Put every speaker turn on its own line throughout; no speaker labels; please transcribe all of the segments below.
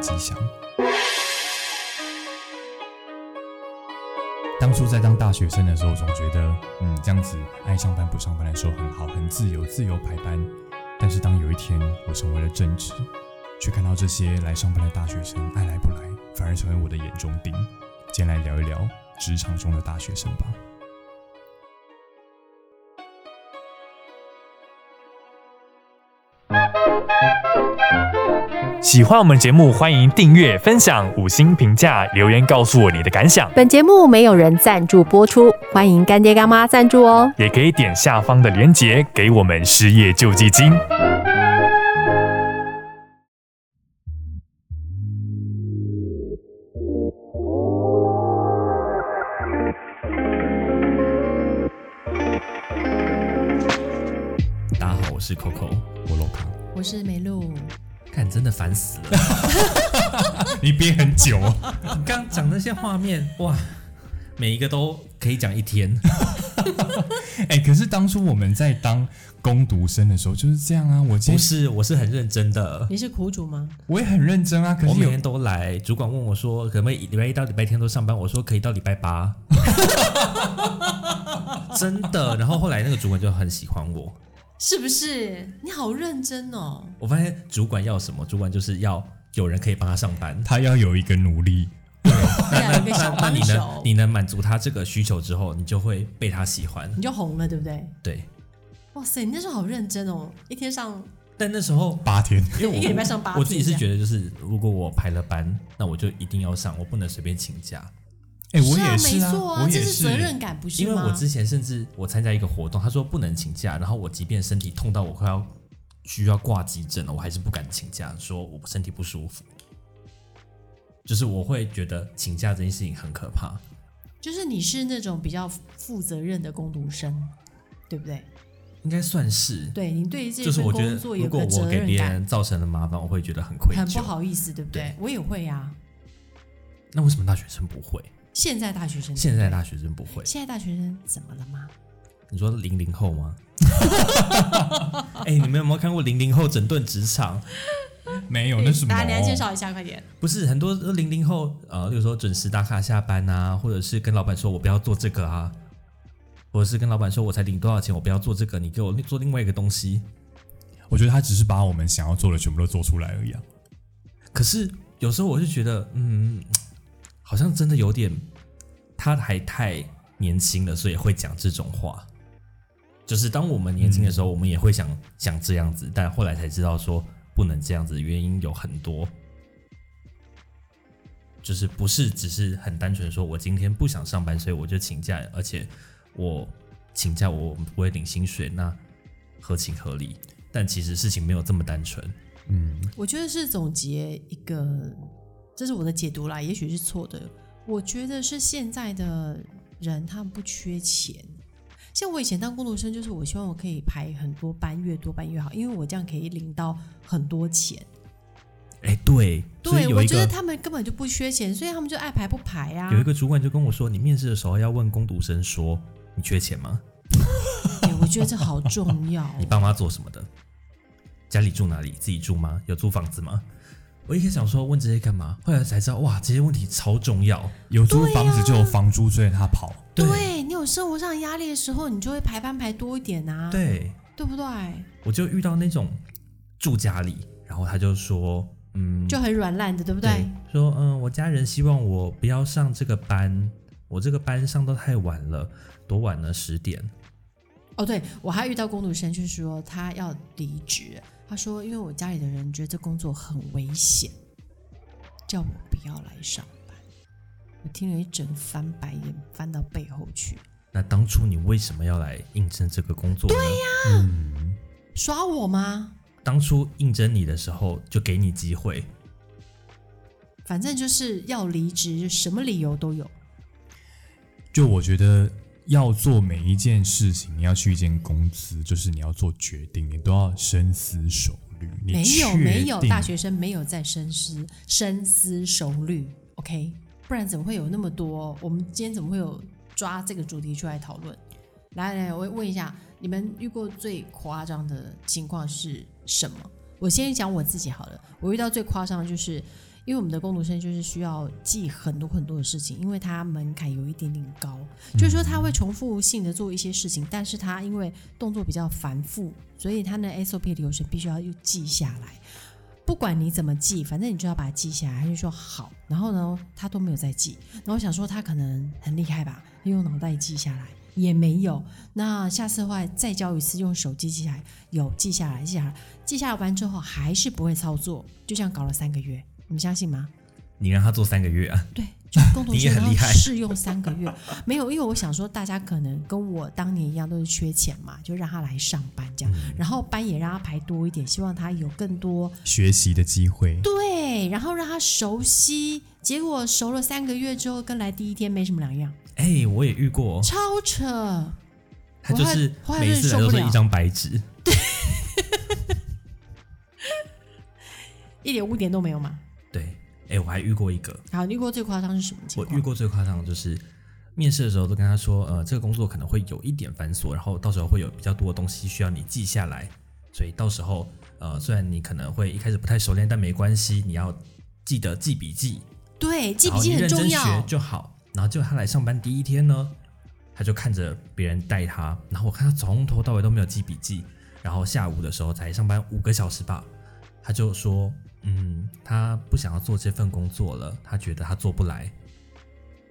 吉祥。当初在当大学生的时候，总觉得，嗯，这样子爱上班不上班的时候很好，很自由，自由排班。但是当有一天我成为了正职，却看到这些来上班的大学生爱来不来，反而成为我的眼中钉。今天来聊一聊职场中的大学生吧。
喜欢我们节目，欢迎订阅、分享、五星评价、留言告诉我你的感想，
本节目没有人赞助播出，欢迎干爹干妈赞助哦。
也可以点下方的链接给我们失业救济金。
大家好，我是 Coco。
我洛卡，
我是梅露，
看，真的烦死了！
你憋很久、哦，
你刚讲那些画 面，哇，每一个都可以讲一天。
哎、可是当初我们在当攻读生的时候就是这样啊。我其
不
实
是，我是很认真的。
你是苦主吗？
我也很认真啊，可
我
是
每
有
天都来，主管问我说可不可以礼拜一到礼拜天都上班，我说可以到礼拜 八，真的。然后后来那个主管就很喜欢我，
是不是？你好认真哦，
我发现主管要什么，主管就是要有人可以帮他上班。
他要有一个努力，
对啊，有一个
那
小
那
帮
你能
手，
你能满足他这个需求之后，你就会被他喜欢。
你就红了，对不对？
对，
哇塞，你那时候好认真哦，一天上
但那时候
八天
因为我
一个礼拜上八天
我自己是觉得就是，如果我排了班，那我就一定要上，我不能随便请假，
哎、我也
是
是
啊，没错
我
这
也
是
是
责任感，不是
因
吗？
为我之前甚至我参加一个活动，他说不能请假，然后我即便身体痛到我快要需要挂急诊了，我还是不敢请假，说我身体不舒服。就是我会觉得请假这件事情很可怕，
就是你是那种比较负责任的工读生，对不对？
应该算是，
对你对于这
就是
份
我觉得
工作有
如果
个
我
责
给
任
别
感，
人造成了麻烦，我会觉得很愧疚。
很不好意思，对不对？我也会啊，
那为什么大学生不会？
现在大学生，
现在大学生不会？
现在大学生怎么了吗？
你说零零后吗？ 哎、你们有没有看过零零后整顿职场？
没有那什么、
哎大家来介绍一下，快点。
不是很多零零后，呃，例如说准时打卡下班啊，或者是跟老板说我不要做这个啊，或者是跟老板说我才领多少钱，我不要做这个，你给我做另外一个东西。
我觉得他只是把我们想要做的全部都做出来而已啊。
可是有时候我就觉得，嗯，好像真的有点，他还太年轻了，所以会讲这种话。就是当我们年轻的时候，我们也会想想这样子，但后来才知道说不能这样子，原因有很多。就是不是只是很单纯说，我今天不想上班，所以我就请假，而且我请假我不会领薪水，那合情合理。但其实事情没有这么单纯，
嗯，
我觉得是总结一个，这是我的解读啦，也许是错的。我觉得是现在的人他们不缺钱，像我以前当工读生，就是我希望我可以排很多班，越多班越好，因为我这样可以领到很多钱。
哎、对，所以
对，
有
我
一
觉
个
得他们根本就不缺钱，所以他们就爱排不排啊。
有一个主管就跟我说，你面试的时候要问工读生说，你缺钱吗？
哎我觉得这好重 要哦。
你爸妈做什么的？家里住哪里？自己住吗？有租房子吗？我一开始想说问这些干嘛，后来才知道，哇，这些问题超重要。
有
啊
租房子就有房租追着他跑，
对
对你有生活上压力的时候，你就会排班排多一点啊，
对，
对不对？
我就遇到那种住家里，然后他就说，嗯，
就很软烂的，对不对？
对，说嗯，我家人希望我不要上这个班，我这个班上到太晚了，多晚呢？十点。
哦，对我还遇到工读生，就是说他要离职，他说因为我家里的人觉得这工作很危险，叫我不要来上班。我听了一整翻白眼，翻到背后去，
那当初你为什么要来应征这个工作呢？对呀、
嗯
耍我吗？
当初应征你的时候就给你机会，
反正就是要离职，什么理由都有。
就我觉得要做每一件事情，你要去一间公司，就是你要做决定，你都要深思熟虑。你
没有
确
没有，
定
大学生没有在深思深思熟虑，OK？不然怎么会有那么多？我们今天怎么会有抓这个主题出来讨论？来来，我问一下，你们遇过最夸张的情况是什么？我先讲我自己好了。我遇到最夸张的就是因为我们的工读生就是需要记很多很多的事情，因为它门槛有一点点高，就是说他会重复性的做一些事情，但是他因为动作比较繁复，所以他的 SOP 流程必须要又记下来。不管你怎么记，反正你就要把它记下来。他就说好，然后呢，他都没有再记。然后我想说他可能很厉害吧，用脑袋记下来也没有。那下次的话再教一次，用手机记下来，有记下来，记下来，记下来完之后还是不会操作，就这样搞了三个月，你们相信吗？
你让他做三个月啊，
对，就是共同
你也很
然后
厉害
试用三个月，没有，因为我想说，大家可能跟我当年一样，都是缺钱嘛，就让他来上班这样，
嗯
然后班也让他排多一点，希望他有更多
学习的机会，
对，然后让他熟悉。结果熟了三个月之后，跟来第一天没什么两样，
哎、我也遇过，
超扯。
他就是
我还
每次来都是一张白纸，
一点污点都没有嘛。
对，哎、我还遇过一个，
好，你遇过最夸张是什么情
我
况？
遇过最夸张的就是面试的时候都跟他说，呃，这个工作可能会有一点繁琐，然后到时候会有比较多的东西需要你记下来，所以到时候呃，虽然你可能会一开始不太熟练，但没关系，你要记得记笔记，
对，记笔
然后你
记很
认真
重
学
要。
就好。然后就他来上班第一天呢，他就看着别人带他，然后我看他从头到尾都没有记笔记，然后下午的时候才上班五个小时吧，他就说，嗯，他不想要做这份工作了，他觉得他做不来。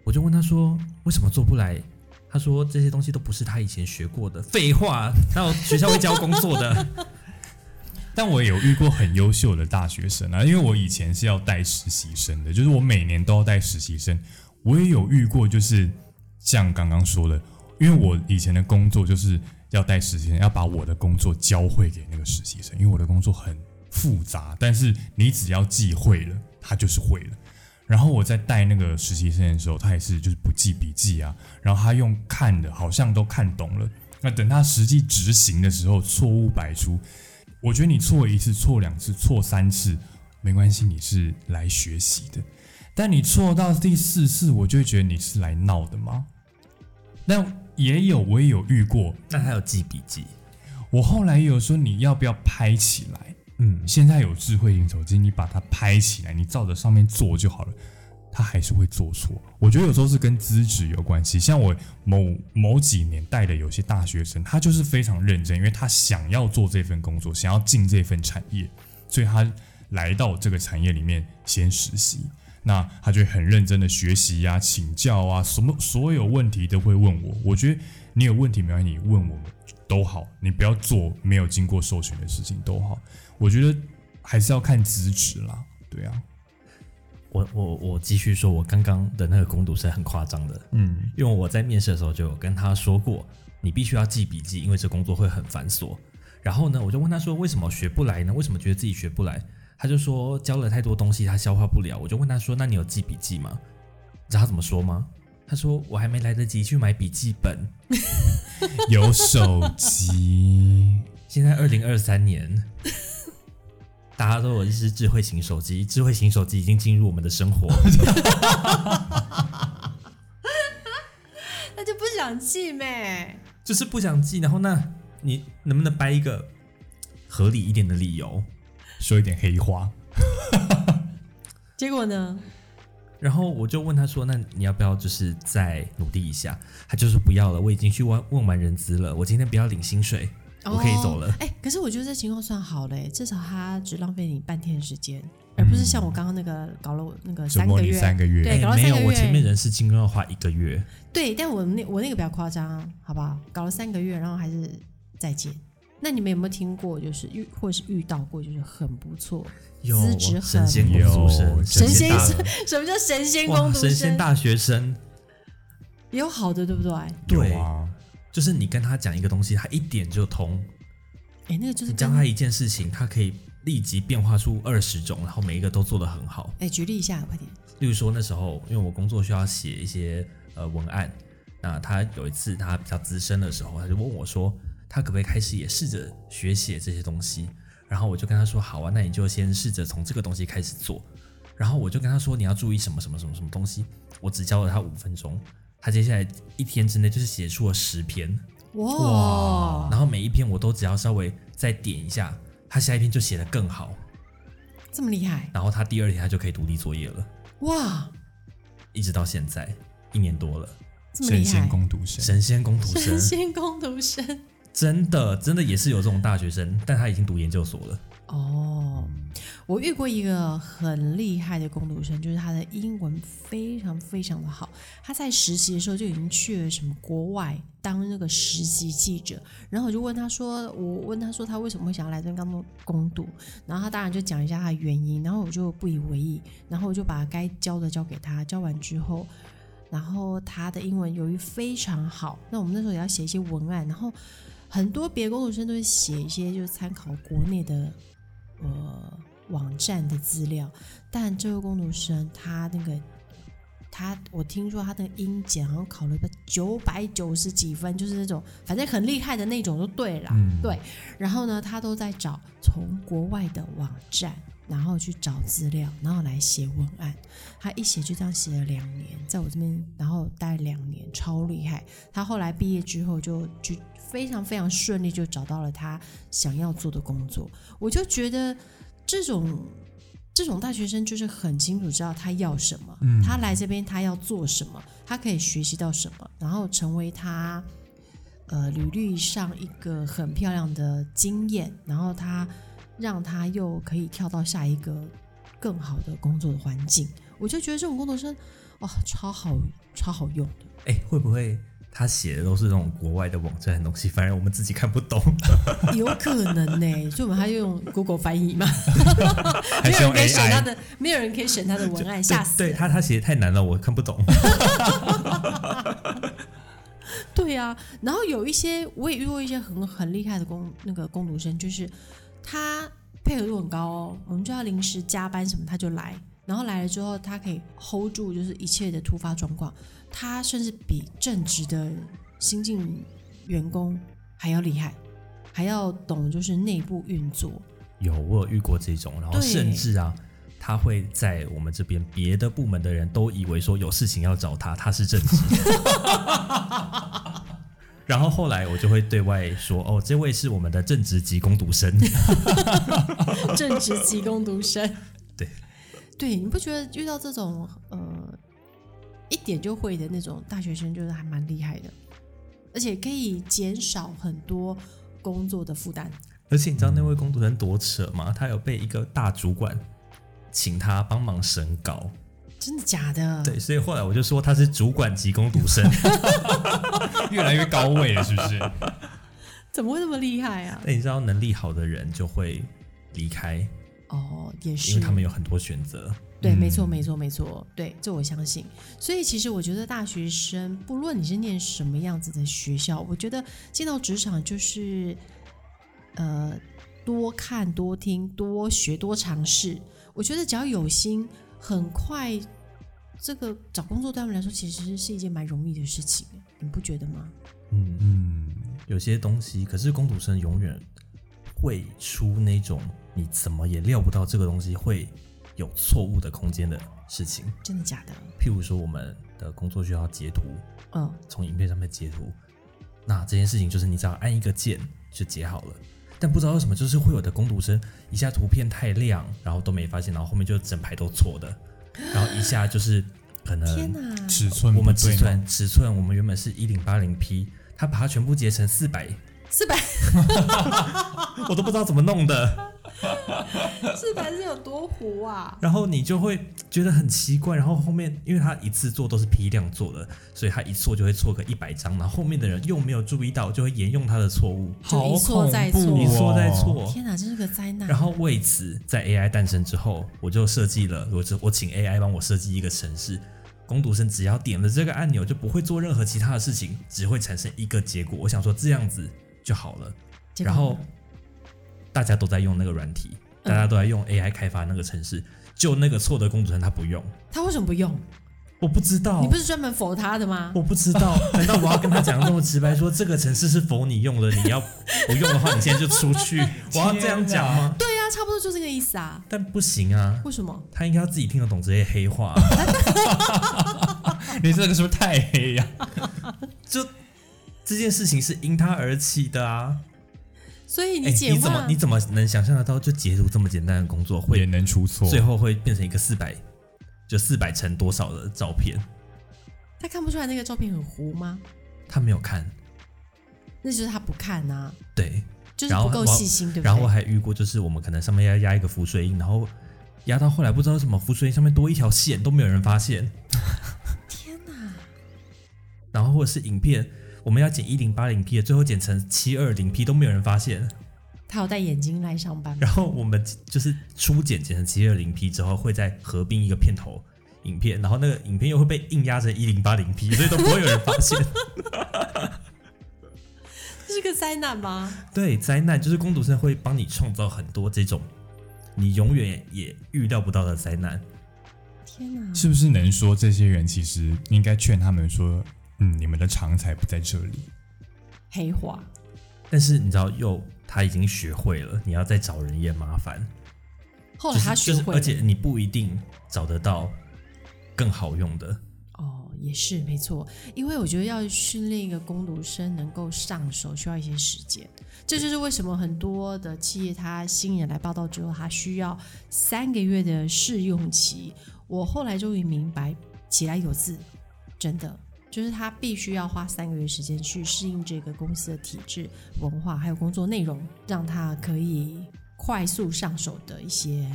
我就问他说，为什么做不来？他说这些东西都不是他以前学过的。废话，哪有学校会教工作 的？
但我有遇过很优秀的大学生啊，因为我以前是要带实习生的，就是我每年都要带实习生。我也有遇过，就是像刚刚说的，因为我以前的工作就是要带实习生，要把我的工作教会给那个实习生，因为我的工作很复杂，但是你只要记会了，他就是会了。然后我在带那个实习生的时候，他也是就是不记笔记啊，然后他用看的，好像都看懂了。那等他实际执行的时候，错误百出，我觉得你错一次、错两次、错三次没关系，你是来学习的。但你错到第四次，我就会觉得你是来闹的吗？那也有，我也有遇过。
那他有记笔记，
我后来也有说你要不要拍起来？嗯，现在有智慧型手机，你把它拍起来，你照着上面做就好了。他还是会做错。我觉得有时候是跟资质有关系。像我某某几年带的有些大学生，他就是非常认真，因为他想要做这份工作，想要进这份产业，所以他来到这个产业里面先实习。那他就会很认真的学习呀、请教啊，什么所有问题都会问我。我觉得你有问题没关系，你问我都好，你不要做没有经过授权的事情都好。我觉得还是要看资质啦，对啊，
我我我继续说，我刚刚的那个攻读是很夸张的，
嗯，
因为我在面试的时候就有跟他说过，你必须要记笔记，因为这工作会很繁琐。然后呢，我就问他说为什么学不来呢？为什么觉得自己学不来？他就说教了太多东西，他消化不了。我就问他说，那你有记笔记吗？你知道他怎么说吗？他说我还没来得及去买笔记本。
有手机，
现在二零二三年， 大家都有一只智慧型手机，智慧型手机已经进入我们的生活。
那就不想记呗。
就是不想记，然后那你能不能掰一个合理一点的理由？
说一点黑话，
结果呢？
然后我就问他说：“那你要不要就是再努力一下？”他就说：“不要了，我已经去问问完人资了，我今天不要领薪水，我可以走了
哦。哎、可是我觉得这情况算好嘞，至少他只浪费你半天的时间，而不是像我刚刚那个搞了我那个
折
三
磨
个
你
月。
三个月，
哎对搞到
哎没有，
三个月
我前面人事经要花一个月，
对，但我那我那个比较夸张，好不好？搞了三个月，然后还是再见。那你们有没有听过，就是遇或是遇到过，就是很不错？
有啊
资质很
神仙公主生，
神
仙
大
神什么叫神仙
哇
攻读
神仙
生？
大学生，
也有好的，对不对？哎、
对
有啊，
就是你跟他讲一个东西，他一点就通；
那个就是
你教
跟
他一件事情，他可以立即变化出二十种，然后每一个都做得很好。
哎，举例一下，快点。
例如说那时候，因为我工作需要写一些呃文案，那他有一次他比较资深的时候，他就问我说，他可不可以开始也试着学写这些东西？然后我就跟他说，好啊，那你就先试着从这个东西开始做。然后我就跟他说，你要注意什么什么什么什么东西。我只教了他五分钟，他接下来一天之内就是写出了十篇，
哇，哦
然后每一篇我都只要稍微再点一下，他下一篇就写得更好。
这么厉害
然后他第二天他就可以独立作业了，
哇，
一直到现在一年多了，
这么
神
厉
仙
害！
攻读生，
神仙工读
神
生，
仙工读生
真的真的也是有这种大学生，但他已经读研究所了。
哦，我遇过一个很厉害的工读生，就是他的英文非常非常的好。他在实习的时候就已经去了什么国外当那个实习记者，然后我就问他说，我问他说他为什么会想要来这边当工读，然后他当然就讲一下他的原因，然后我就不以为意，然后我就把该教的交给他，教完之后。然后他的英文由于非常好，那我们那时候也要写一些文案，然后很多别的工读生都会写一些就是参考国内的呃网站的资料，但这位工读生他那个他，我听说他的英检好像考了个九百九十几分，就是那种反正很厉害的那种就对了，
嗯
对。然后呢，他都在找从国外的网站，然后去找资料，然后来写文案。他一写就这样写了两年，在我这边，然后待两年，超厉害。他后来毕业之后就就非常非常顺利，就找到了他想要做的工作。我就觉得这种这种大学生就是很清楚知道他要什么，
嗯
他来这边他要做什么，他可以学习到什么，然后成为他呃履历上一个很漂亮的经验，然后他让他又可以跳到下一个更好的工作的环境。我就觉得这种工作生哇、超好超好用的。
哎，会不会他写的都是那种国外的网站的东西，反而我们自己看不 懂，
有可能呢、 所以我们还用 Google 翻译嘛，
还
没有
是
人
用
可以审他
AI？
的，没有人可以审他的文案，吓死
对
人！
他，他写的太难了，我看不懂。
对啊，然后有一些我也遇过一些很很厉害的工那个工读生，就是他配合度很高哦，我们就要临时加班什么他就来，然后来了之后他可以 hold 住就是一切的突发状况，他甚至比正职的新进员工还要厉害，还要懂就是内部运作，
有，我有遇过这种，然后
对
甚至啊，他会在我们这边别的部门的人都以为说有事情要找他，他是正职。 然后后来我就会对外说，哦，这位是我们的正职级工读生。
正职级工读生。
对，
对，你不觉得遇到这种呃一点就会的那种大学生，就是还蛮厉害的，而且可以减少很多工作的负担。
而且你知道那位工读生多扯吗？他有被一个大主管请他帮忙审稿，
真的假的？
对，所以后来我就说他是主管级工读生。
越来越高位了，是不是？
怎么会那么厉害啊？
那你知道能力好的人就会离开，
哦，也
因
是，
为他们有很多选择。
对，没错，没错，没错，对，这我相信。所以其实我觉得大学生，不论你是念什么样子的学校，我觉得进到职场就是，呃，多看、多听、多学、多尝试。我觉得只要有心，很快这个找工作对他们来说其实是一件蛮容易的事情，你不觉得吗？
嗯，
嗯，
有些东西，可是工读生永远会出那种你怎么也料不到这个东西会有错误的空间的事情。
真的假的？
譬如说，我们的工作需要截图，
嗯，
从影片上面截图，那这件事情就是你只要按一个键就截好了。但不知道为什么，就是会有的工读生一下图片太亮，然后都没发现，然后后面就整排都错的，然后一下就是可能
天哪！
尺寸
我
不
们尺
对吗？
寸尺寸，我们原本是一零八零 P，他把它全部截成四百，
四百
我都不知道怎么弄的。
四百 是有多糊啊？
然后你就会觉得很奇怪，然后后面因为他一次做都是批量做的，所以他一错就会错个一百张，然后后面的人又没有注意到，就会沿用他的错误，
就一错再
好恐怖
错
哦
一错再错。
天哪，这是个灾难。
然后为此，在 AI 诞生之后，我就设计了，我就我请 AI 帮我设计一个程式，工读生只要点了这个按钮，就不会做任何其他的事情，只会产生一个结果。我想说这样子就好了。
结果
然后大家都在用那个软体，
嗯
大家都在用 AI 开发那个程式，就那个错的工读生他不用，
他为什么不用？
我不知道
你不。是专门否他的吗？
我不知 道，难道我要跟他讲得这么直白，说这个程式是否你用了？你 要不用的话，你现在就出去。我要这样讲吗？
对呀、差不多就这个意思啊。
但不行啊，
为什么？
他应该要自己听得懂这些黑话、啊
你这个是不是太黑呀、
就这件事情是因他而起的啊。
所以
哎
你姐
你怎么
话
你怎么能想象得到，就截图这么简单的工作
也
会
能出错。
最后会变成一个四百，就四百乘多少的照片？
他看不出来那个照片很糊吗？
他没有看，
那就是他不看呐、
对。
就是
然后
不够
我
细心，对不对？
然后我还遇过，就是我们可能上面要压一个浮水印，然后压到后来不知道为什么浮水印上面多一条线都没有人发现，
天哪，
然后或者是影片我们要剪一零八零 P 的，最后剪成七二零 P 都没有人发现，
他有戴眼镜来上班吗？
然后我们就是初剪剪成七二零 P 之后，会再合并一个片头影片，然后那个影片又会被硬压成一零八零 P，所以都不会有人发现。
这是个灾难吗？
对，灾难就是工读生会帮你创造很多这种你永远也预料不到的灾难。
天哪！
是不是能说这些人其实应该劝他们说，嗯，你们的长才不在这里？
黑化，
但是你知道，又他已经学会了，你要再找人也麻烦。
后来
就是
哦他学
就
会
是，
了，
而且你不一定找得到更好用的。
哦，也是没错，因为我觉得要训练一个工读生能够上手，需要一些时间。这就是为什么很多的企业，他新人来报道之后，他需要三个月的试用期。我后来终于明白，起来有字，真的就是他必须要花三个月时间去适应这个公司的体制、文化，还有工作内容，让他可以快速上手的一些，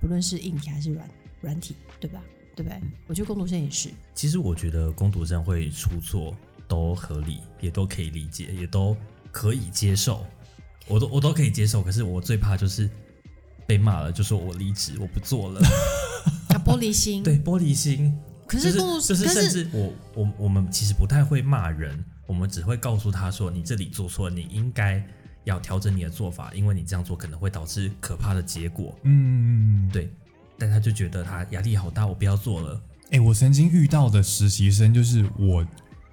不论是硬体还是软软体，对吧？对不对？我觉得工读生也是，
其实我觉得工读生会出错都合理，也都可以理解，也都可以接受。我都我都可以接受，可是我最怕就是被骂了，就说我离职，我不做了。
啊，玻璃 心。
对，，玻璃心。
可
就是
公路，
就是
可
甚至我我我们其实不太会骂人，我们只会告诉他说你这里做错，你应该要调整你的做法，因为你这样做可能会导致可怕的结果。
嗯，
对，但他就觉得他压力好大，我不要做了。
哎、我曾经遇到的实习生就是我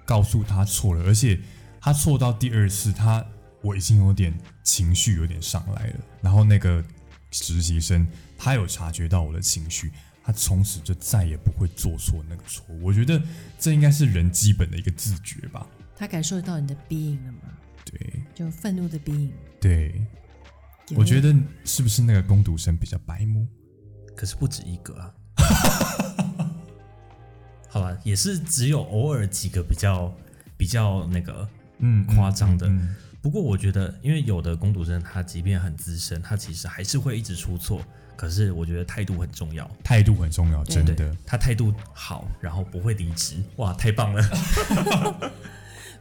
告诉他错了，而且他错到第二次，他我已经有点情绪有点上来了，然后那个实习生他有察觉到我的情绪。他从此就再也不会做错那个错误，我觉得这应该是人基本的一个自觉吧。
他感受到你的 being 了吗？
对
就愤怒的 being。
对，
有
我觉
没有
得是不是那个攻读生比较白目？
可是不止一个啊。 好吧，也是只有偶尔几个比较比较那个
嗯
夸张的。
嗯
不过我觉得，因为有的工读生他即便很资深，他其实还是会一直出错。可是我觉得态度很重要，
态度很重要，真
对
的。
他态度好，然后不会离职，哇，太棒 了！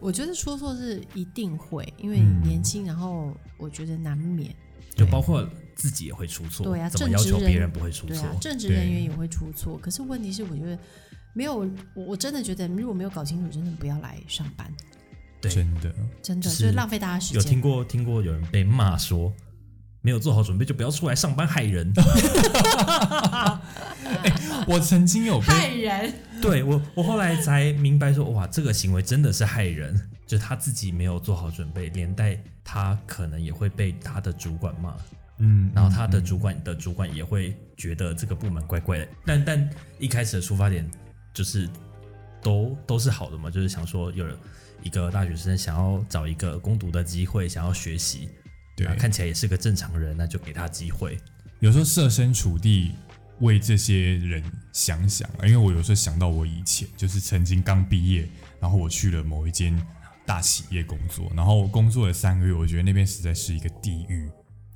我觉得出错是一定会，因为
嗯
年轻，然后我觉得难免。
就包括自己也会出错，
对啊
怎么
正
要
直
求别
人
人不会出
对
错？
啊，正职人员也会出错。可是问题是，我觉得没有，我我真的觉得，如果没有搞清楚，真的不要来上班，
对
真的，
真的
就
就是是浪费大家时
有听
间。
过听过有人被骂说，没有做好准备就不要出来上班害人。
我曾经有被
害人，
对我，我后来才明白说，哇，这个行为真的是害人，就他自己没有做好准备，连带他可能也会被他的主管骂，
嗯，
然后他的主管的主管也会觉得这个部门怪怪的。但但一开始的出发点就是都都是好的嘛，就是想说有一个大学生想要找一个攻读的机会，想要学习，
对
那看起来也是个正常人，那就给他机会。
有时候设身处地为这些人想想啊，因为我有时候想到我以前就是曾经刚毕业，然后我去了某一间大企业工作，然后工作了三个月，我觉得那边实在是一个地狱。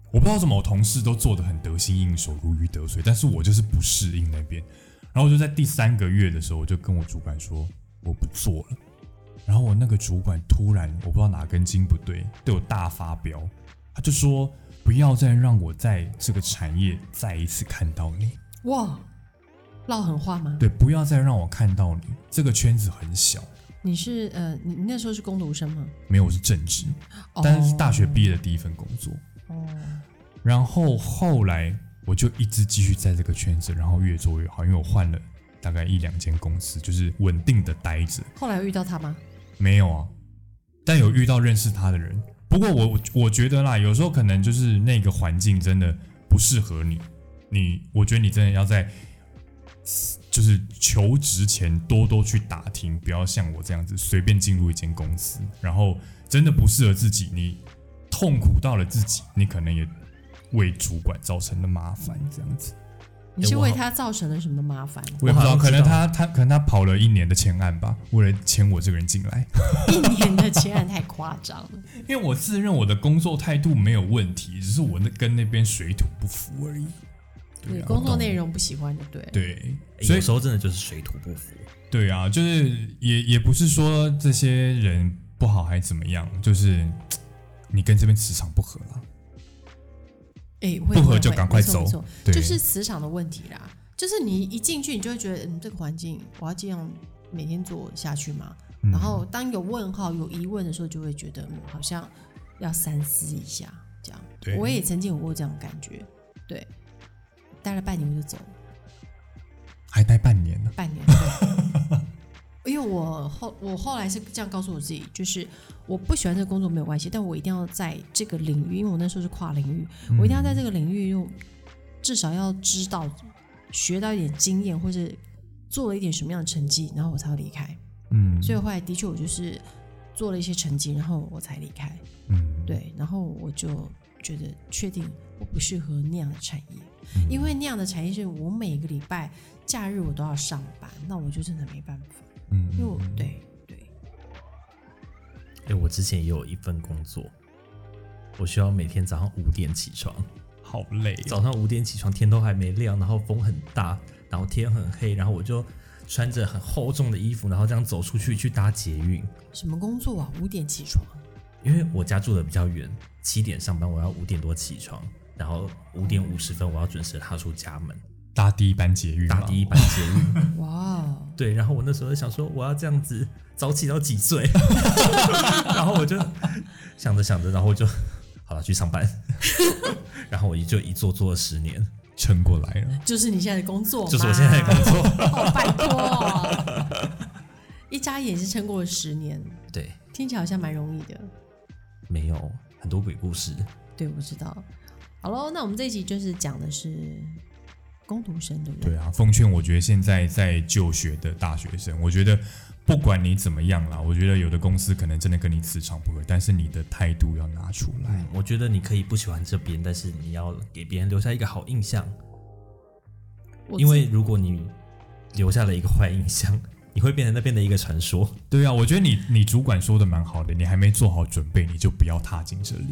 我不知道为什么，我同事都做得很得心应手、如鱼得水，但是我就是不适应那边。然后我就在第三个月的时候，我就跟我主管说我不做了。然后我那个主管突然我不知道哪根筋不对，对我大发飙，他就说不要再让我在这个产业再一次看到你，
哇，唠狠话吗？
对，不要再让我看到你，这个圈子很小。
你是呃，你你那时候是工读生吗？
没有，我是正职，
哦
但是大学毕业的第一份工作。
哦，
然后后来我就一直继续在这个圈子，然后越做越好，因为我换了大概一两间公司，就是稳定的待着。
后来有遇到他吗？
没有啊，但有遇到认识他的人。不过我我觉得啦，有时候可能就是那个环境真的不适合你，你我觉得你真的要在就是求职前多多去打听，不要像我这样子随便进入一间公司，然后真的不适合自己，你痛苦到了自己，你可能也为主管造成了麻烦，这样子。
你是
我
为
好
他造成了什么麻烦？
我也不知道，
我好像
可
知
能
道
他他可能他跑了一年的前案吧，为了签我这个人进来，
一年的结案太夸张 了。
因为我自认我的工作态度没有问题，只是我那跟那边水土不服而已。
对，
啊
工作内容不喜欢就对了。
对，
哎
所以
有时候真的就是水土不服。
对啊，就是也也不是说这些人不好还怎么样，就是你跟这边磁场不合了。
哎，
不
不
合就赶快走对
就是磁场的问题啦。就是你一进去，你就会觉得，嗯，这个环境我要这样每天做下去吗？
嗯
然后当有问号、有疑问的时候，就会觉得、嗯、好像要三思一下。这样
对，
我也曾经有过这样的感觉。对，待了半年我就走了，
还待半年呢，
半年。对因为我后我后来是这样告诉我自己，就是我不喜欢这个工作没有关系，但我一定要在这个领域，因为我那时候是跨领域，
嗯
我一定要在这个领域用，至少要知道学到一点经验，或者做了一点什么样的成绩，然后我才要离开。
嗯
所以后来的确我就是做了一些成绩，然后我才离开。
嗯，
对，然后我就觉得确定我不适合那样的产业，
嗯
因为那样的产业是我每个礼拜假日我都要上班，那我就真的没办法，
嗯，
因为我对对，
哎，我之前也有一份工作，我需要每天早上五点起床，
好累哦，
早上五点起床，天都还没亮，然后风很大，然后天很黑，然后我就穿着很厚重的衣服，然后这样走出去去搭捷运，
什么工作啊？五点起床，
因为我家住的比较远，七点上班，我要五点多起床，然后五点五十分我要准时踏出家门，
搭第一班捷运嘛，
搭第一班捷运。
哇哦，
对，然后我那时候就想说，我要这样子早起到几岁？ 然后我就想着想着，然后我就好了去上班， 然后我就一做做了十年，
撑过来了。
就是你现在的工作嘛，
就是我现在的工作。
哦，拜托，一眨眼是撑过了十年，
对，
听起来好像蛮容易的。
没有很多鬼故事，
对，我知道。好喽，那我们这一集就是讲的是工读生，对不对？
对啊，奉劝我觉得现在在就学的大学生，我觉得不管你怎么样啦，我觉得有的公司可能真的跟你磁场不合，但是你的态度要拿出
嗯
来。
嗯我觉得你可以不喜欢这边，但是你要给别人留下一个好印象，
我
因为
自
如果你留下了一个坏印象，你会变成那边的一个传说。
对啊，我觉得你你主管说的蛮好的，你还没做好准备，你就不要踏进这里。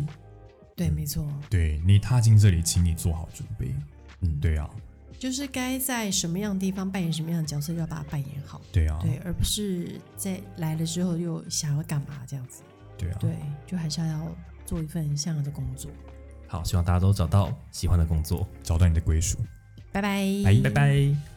对，没错，
对你踏进这里，请你做好准备。嗯，对啊，
就是该在什么样的地方扮演什么样的角色，要把它扮演好，
对啊，
对，而不是在来了之后又想要干嘛这样子。
对啊，
对，就还是要做一份像样的工作。
好，希望大家都找到喜欢的工作。
找到你的归属。
拜拜，
拜拜。